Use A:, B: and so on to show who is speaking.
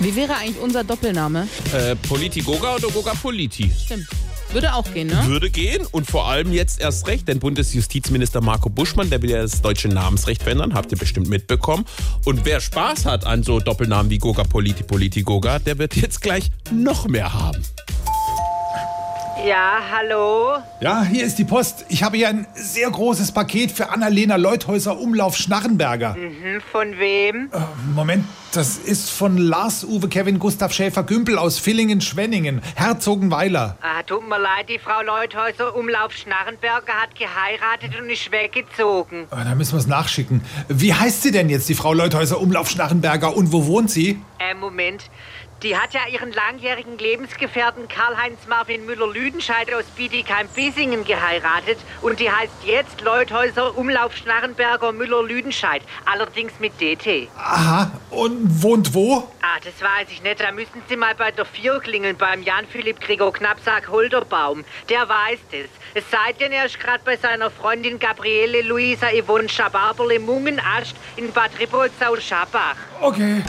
A: Wie wäre eigentlich unser Doppelname?
B: Äh, Politigoga oder Goga Politi?
A: Stimmt. Würde auch gehen, ne?
B: Würde gehen und vor allem jetzt erst recht, denn Bundesjustizminister Marco Buschmann, der will ja das deutsche Namensrecht verändern, habt ihr bestimmt mitbekommen. Und wer Spaß hat an so Doppelnamen wie Goga Politi Politi Goga, der wird jetzt gleich noch mehr haben.
C: Ja, hallo.
D: Ja, hier ist die Post. Ich habe hier ein sehr großes Paket für Annalena Leuthäuser Umlauf Schnarrenberger.
C: Hm, Von wem?
D: Äh, Moment, das ist von Lars-Uwe Kevin Gustav Schäfer-Gümpel aus Villingen-Schwenningen, Herzogenweiler.
C: Ah, tut mir leid, die Frau Leuthäuser Umlauf Schnarrenberger hat geheiratet und ist weggezogen.
D: Ah, Da müssen wir es nachschicken. Wie heißt sie denn jetzt, die Frau Leuthäuser Umlauf Schnarrenberger und wo wohnt sie?
C: Äh, Moment. Die hat ja ihren langjährigen Lebensgefährten Karl-Heinz Marvin Müller-Lüdenscheid aus Bietigheim-Bissingen geheiratet und die heißt jetzt Leuthäuser Umlauf Schnarrenberger Müller-Lüdenscheid, allerdings mit DT.
D: Aha, und wohnt wo?
C: Ah, das weiß ich nicht. Da müssen Sie mal bei der Vier klingeln, beim Jan-Philipp Gregor Knappsack Holderbaum. Der weiß das. Es sei denn, er ist gerade bei seiner Freundin Gabriele Luisa Yvonne Schabarberle Mungenast in Bad Rippoldsau-Schabach.
D: Okay.